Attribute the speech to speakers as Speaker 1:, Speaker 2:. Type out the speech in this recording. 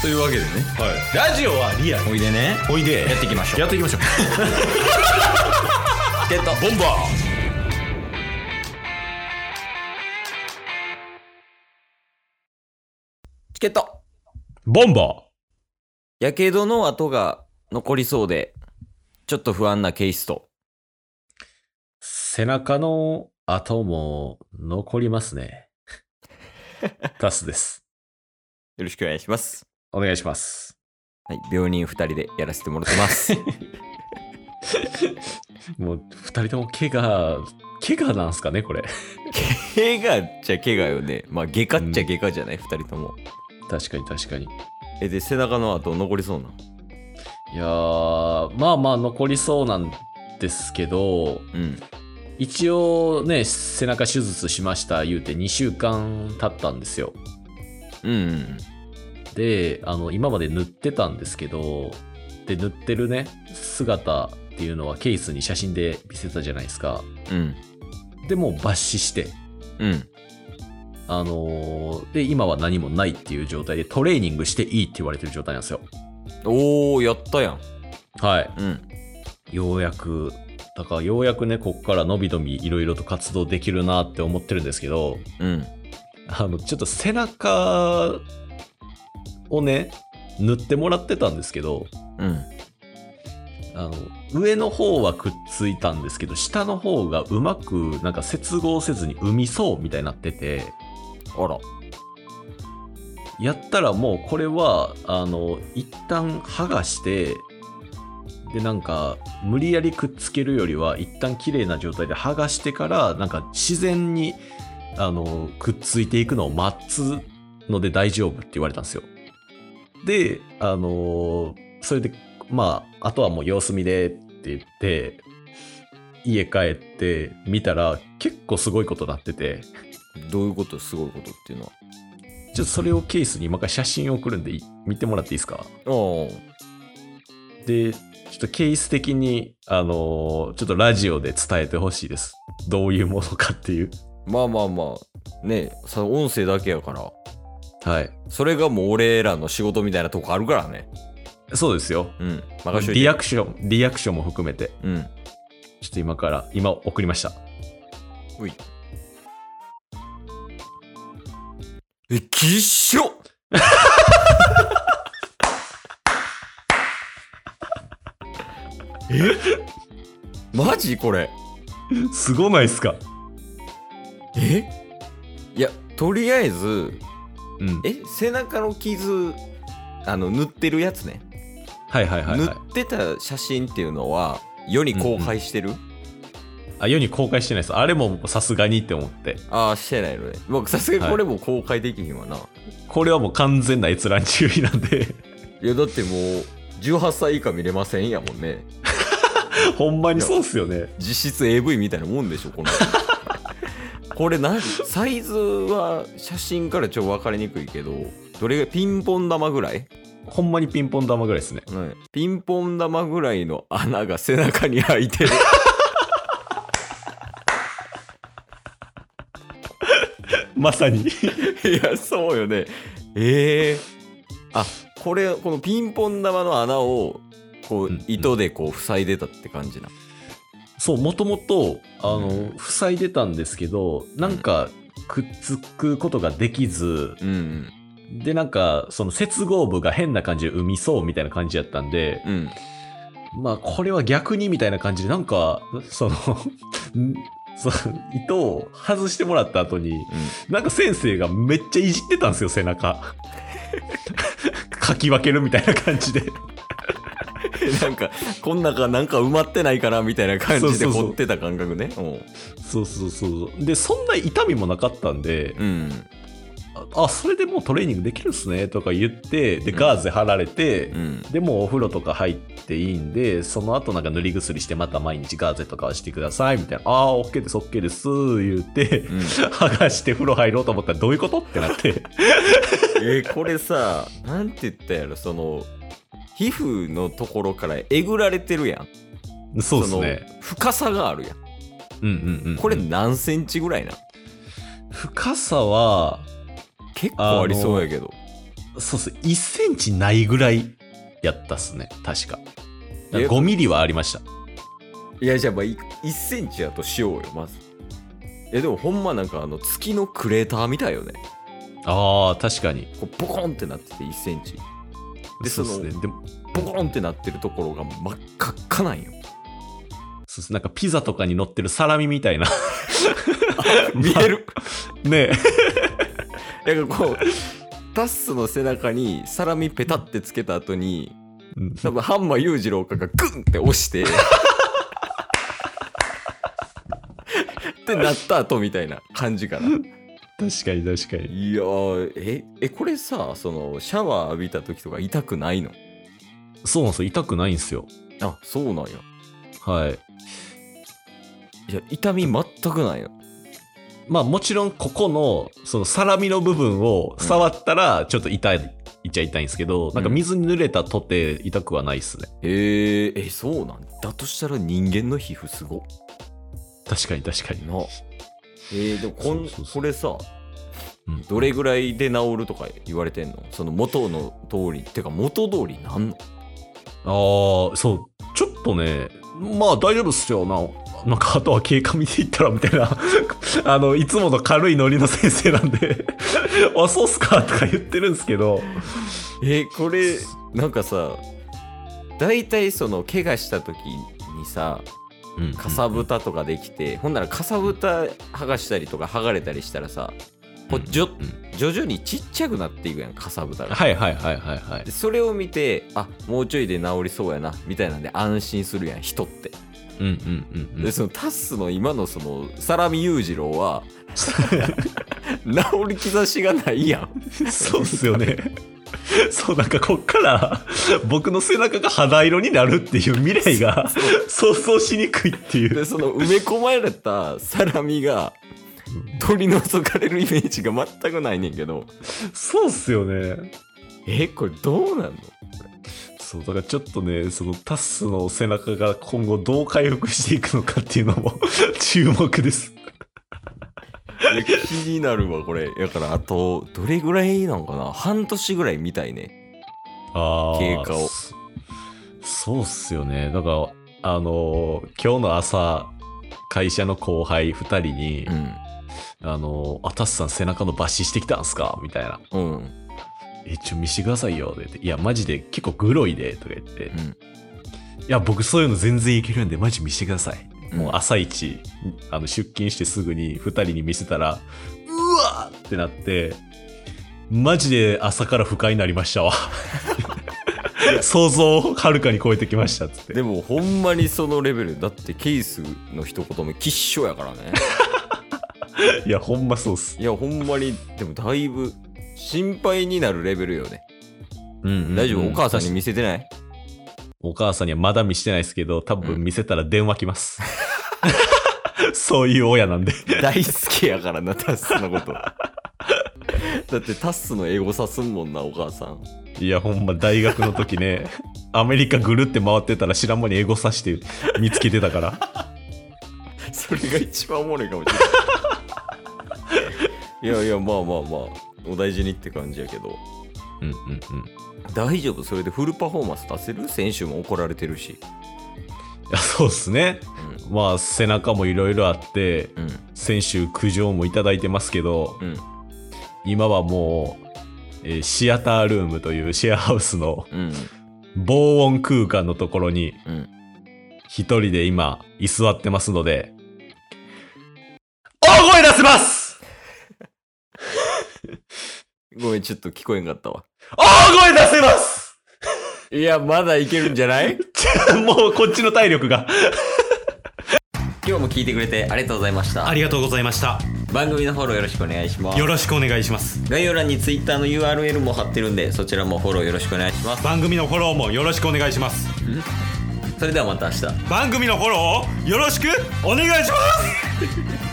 Speaker 1: というわけでね
Speaker 2: はい、ラジオはリアル
Speaker 1: おいでね
Speaker 2: おいで
Speaker 1: やっていきましょう
Speaker 2: やっていきましょう
Speaker 1: ゲットボンバーチケット
Speaker 2: ボンバ
Speaker 1: やけどの跡が残りそうでちょっと不安なケイスト
Speaker 3: ー背中の跡も残りますね。タスです。
Speaker 1: よろしくお願いします
Speaker 3: お願いします。
Speaker 1: はい病人2人でやらせてもらってます
Speaker 3: もう、二人とも怪我、怪我なんすかね、これ。
Speaker 1: 怪我っちゃ怪我よねまあ外科っちゃ外科じゃない、2人とも
Speaker 3: 確かに確かに。
Speaker 1: えで背中の跡残りそうない
Speaker 3: やー、まあまあ残りそうなんですけど、
Speaker 1: うん
Speaker 3: 一応ね、背中手術しました言うて2週間経ったんですよ。
Speaker 1: うんうん
Speaker 3: であの今まで塗ってたんですけどで塗ってるね姿っていうのはケースに写真で見せたじゃないですか
Speaker 1: うん
Speaker 3: でもう抜歯して
Speaker 1: うん
Speaker 3: あのーで今は何もないっていう状態でトレーニングしていいって言われてる状態なんですよ
Speaker 1: おーやったやん
Speaker 3: はい
Speaker 1: うん
Speaker 3: ようやくだからようやくねこっからのびのびいろいろと活動できるなって思ってるんですけど
Speaker 1: うん
Speaker 3: あのちょっと背中をね塗ってもらってたんですけど
Speaker 1: うん
Speaker 3: あの上の方はくっついたんですけど下の方がうまくなんか接合せずに産みそうみたいになってて
Speaker 1: あら
Speaker 3: やったらもうこれはあの一旦剥がしてでなんか無理やりくっつけるよりは一旦綺麗な状態で剥がしてからなんか自然にあのくっついていくのを待つので大丈夫って言われたんですよであのそれでまああとはもう様子見でって言って家帰って見たら結構すごいことなってて
Speaker 1: どういうことすごいことっていうのは
Speaker 3: ちょっとそれをケースに今から写真送るんでい見てもらっていいですか
Speaker 1: おー
Speaker 3: で、ちょっとケース的に、あのーちょっとラジオで伝えてほしいです。どういうものかっていう。
Speaker 1: まあまあまあねさ音声だけやから
Speaker 3: はい。
Speaker 1: それがもう俺らの仕事みたいなとこあるからね
Speaker 3: そうですよ。
Speaker 1: うん任しといて
Speaker 3: リアクション、リアクションも含めて、
Speaker 1: うん
Speaker 3: ちょっと今から、今送りました。
Speaker 1: ほいえきっし ょえマジこれ
Speaker 3: すごないっすか
Speaker 1: えいやとりあえず
Speaker 3: うん。
Speaker 1: え背中の傷あの塗ってるやつね、
Speaker 3: はいはいはい、はい
Speaker 1: 塗。ってた写真っていうのは世に公開してる、
Speaker 3: あ、世に公開してないです。あれもさすがにって思って。
Speaker 1: ああしてないのねもうさすがにこれも公開できひんわな、
Speaker 3: これはもう完全な閲覧注意なんで、
Speaker 1: い、やだってもう18歳以下見れませんやもんね
Speaker 3: ほんまにそうっすよね。
Speaker 1: 実質 AV みたいなもんでしょこの これ何サイズは写真からちょっと分かりにくいけどどれがピンポン玉ぐらい、
Speaker 3: ほんまにピンポン玉ぐらいですね。
Speaker 1: うんピンポン玉ぐらいの穴が背中に開いてる
Speaker 3: まさに。
Speaker 1: いやそうよねええあこれこのピンポン玉の穴をこう
Speaker 3: うんうん
Speaker 1: 糸でこう塞いでたって感じな
Speaker 3: そう、もともと、あの、
Speaker 1: う
Speaker 3: 塞いでたんですけど、なんか、くっつくことができず、
Speaker 1: うんうん
Speaker 3: で、なんか、その接合部が変な感じで生みそうみたいな感じやったんで、
Speaker 1: うん、
Speaker 3: まあ、これは逆にみたいな感じで、なんか、その、 んその糸を外してもらった後に、なんか先生がめっちゃいじってたんですよ、背中。 かき分けるみたいな感じで。
Speaker 1: なんかこん中なんか埋まってないかなみたいな感じで
Speaker 3: そうそうそう
Speaker 1: 凝ってた感覚ねうん
Speaker 3: そうそうそう。で、そんな痛みもなかったんで、
Speaker 1: うん
Speaker 3: あ、それでもうトレーニングできるっすねとか言って、で、
Speaker 1: うん
Speaker 3: ガーゼ貼られて、
Speaker 1: うん
Speaker 3: でもうお風呂とか入っていいんで、その後なんか塗り薬してまた毎日ガーゼとかはしてくださいみたいな、ああ、OK です、OK です、言うて、
Speaker 1: うん
Speaker 3: 剥がして風呂入ろうと思ったらどういうことってな って。
Speaker 1: えーこれさなんて言ったやろその皮膚のところからえぐられてるやん
Speaker 3: そうですね。
Speaker 1: その深さがあるやん
Speaker 3: うんうんうん。
Speaker 1: これ何センチぐらいな
Speaker 3: 深さは、
Speaker 1: 結構ありそうやけど
Speaker 3: そうっす。1センチないぐらいやったっすね。確か。だから
Speaker 1: え
Speaker 3: 5ミリはありました。
Speaker 1: いやじゃあまあい1センチやとしようよまずえでもほんまなんかあの月のクレーターみたいよね
Speaker 3: ああ、確かに。
Speaker 1: こうボコンってなってて1センチで
Speaker 3: そうっす
Speaker 1: その
Speaker 3: ね。でも、
Speaker 1: ボコンってなってるところが真っ赤っかなんよ
Speaker 3: そうっす。なんかピザとかに乗ってるサラミみたいな。
Speaker 1: 見える
Speaker 3: ね え。
Speaker 1: なんかこうタッスの背中にサラミペタってつけた後に
Speaker 3: うん
Speaker 1: 多分ハンマー裕次郎かがグンって押して ってなった後みたいな感じかな
Speaker 3: 確かに確かに。
Speaker 1: いやーええこれさそのシャワー浴びた時とか痛くないの
Speaker 3: そうなんですよ。痛くないんですよ。
Speaker 1: あそうなんや
Speaker 3: はい。
Speaker 1: いや痛み全くないよ
Speaker 3: まあもちろんここの、そのサラミの部分を触ったらちょっと痛い、いっちゃ痛いんですけど、なんか水に濡れたとて痛くはないっすね。
Speaker 1: へええそうなんだとしたら人間の皮膚すごっ
Speaker 3: 確かに確かに。
Speaker 1: なえー、でもこん
Speaker 3: そうそうそう
Speaker 1: これさ
Speaker 3: うん
Speaker 1: どれぐらいで治るとか言われてんのその元の通りってか元通りなんの
Speaker 3: ああ、そう。ちょっとね、まあ大丈夫っすよ。ななんかあとは経過見ていったらみたいな。 あの、いつもの軽いノリの先生なんで、 あ、そうっすかとか言ってるんですけど。
Speaker 1: えこれなんかさ大体その怪我した時にさ
Speaker 3: うん
Speaker 1: かさぶたとかできて、ほんならかさぶた剥がしたりとか剥がれたりしたらさこうじょ
Speaker 3: うん
Speaker 1: 徐々にちっちゃくなっていくやんかさぶたが。
Speaker 3: はいはいはいはいはい
Speaker 1: で。それを見てあもうちょいで治りそうやなみたいなんで安心するやん人って。
Speaker 3: うんうんうんう
Speaker 1: で
Speaker 3: ん。
Speaker 1: そのタスの今のそのサラミ裕次郎 は治り兆しがないやん。
Speaker 3: そうっすよね。 そうなんかこっから僕の背中が肌色になるっていう未来が想像しにくいっていう
Speaker 1: でその埋め込まれたサラミが取り除かれるイメージが全くないねんけど
Speaker 3: そうっすよね
Speaker 1: えこれどうなんの
Speaker 3: そうだからちょっとねそのタッスの背中が今後どう回復していくのかっていうのも 注目です
Speaker 1: いや気になるわこれだからあとどれぐらいなんかな半年ぐらいみたいね
Speaker 3: あー
Speaker 1: 経過を
Speaker 3: そそうっすよねだからあのー今日の朝会社の後輩2人に
Speaker 1: うん
Speaker 3: あのーあタッスさん背中の抜歯してきたんすか?」みたいな
Speaker 1: うんうん
Speaker 3: え、ちょ、見してくださいよ。って言って、いや、マジで結構グロいで、とか言って、いや、僕そういうの全然いけるんで、マジ見してください。
Speaker 1: うん
Speaker 3: もう朝一、あの、出勤してすぐに二人に見せたら、うわーってなって、マジで朝から不快になりまし たわ。想像をはるかに超えてきました、つって。
Speaker 1: でもほんまにそのレベルだってケースの一言目きっしょやから ね
Speaker 3: いや、ほんまそうっす。
Speaker 1: いやほんまにでもだいぶ心配になるレベルよね大丈夫、お母さんに見せてない
Speaker 3: お母さんにはまだ見してないですけど、多分見せたら電話来ます。 そういう親なんで。
Speaker 1: 大好きやからなタッスのこと だってタッスのエゴさすんもんなお母さん
Speaker 3: いや、ほんま、大学の時 ね、アメリカぐるって回ってたら知らん間にエゴさして見つけてたから。
Speaker 1: それが一番おもろいかもし れないいやいやまあまあまあお大事にって感じやけど
Speaker 3: うんうんうん。い
Speaker 1: 大丈夫それでフルパフォーマンス出せる選手も怒られてるし
Speaker 3: や、そうっすね。まあ、背中もいろいろあって、
Speaker 1: うん
Speaker 3: 先週苦情もいただいてますけど、
Speaker 1: うん
Speaker 3: 今はもう、えーシアタールームというシェアハウスの
Speaker 1: うん
Speaker 3: 防音空間のところに、
Speaker 1: うん
Speaker 3: 一人で今、居座ってますので、 大声出せます
Speaker 1: ごめんちょっと聞こえんかったわ
Speaker 3: 大声出せます
Speaker 1: いやまだいけるんじゃない
Speaker 3: もうこっちの体力が。
Speaker 1: 今日も聞いてくれてありがとうございました
Speaker 2: ありがとうございました。
Speaker 1: 番組のフォローよろしくお願いします
Speaker 2: よろしくお願いします。
Speaker 1: 概要欄に Twitter の URL も貼ってるんでそちらもフォローよろしくお願いします
Speaker 2: 番組のフォローもよろしくお願いします。
Speaker 1: それではまた明日
Speaker 2: 番組のフォローをよろしくお願いします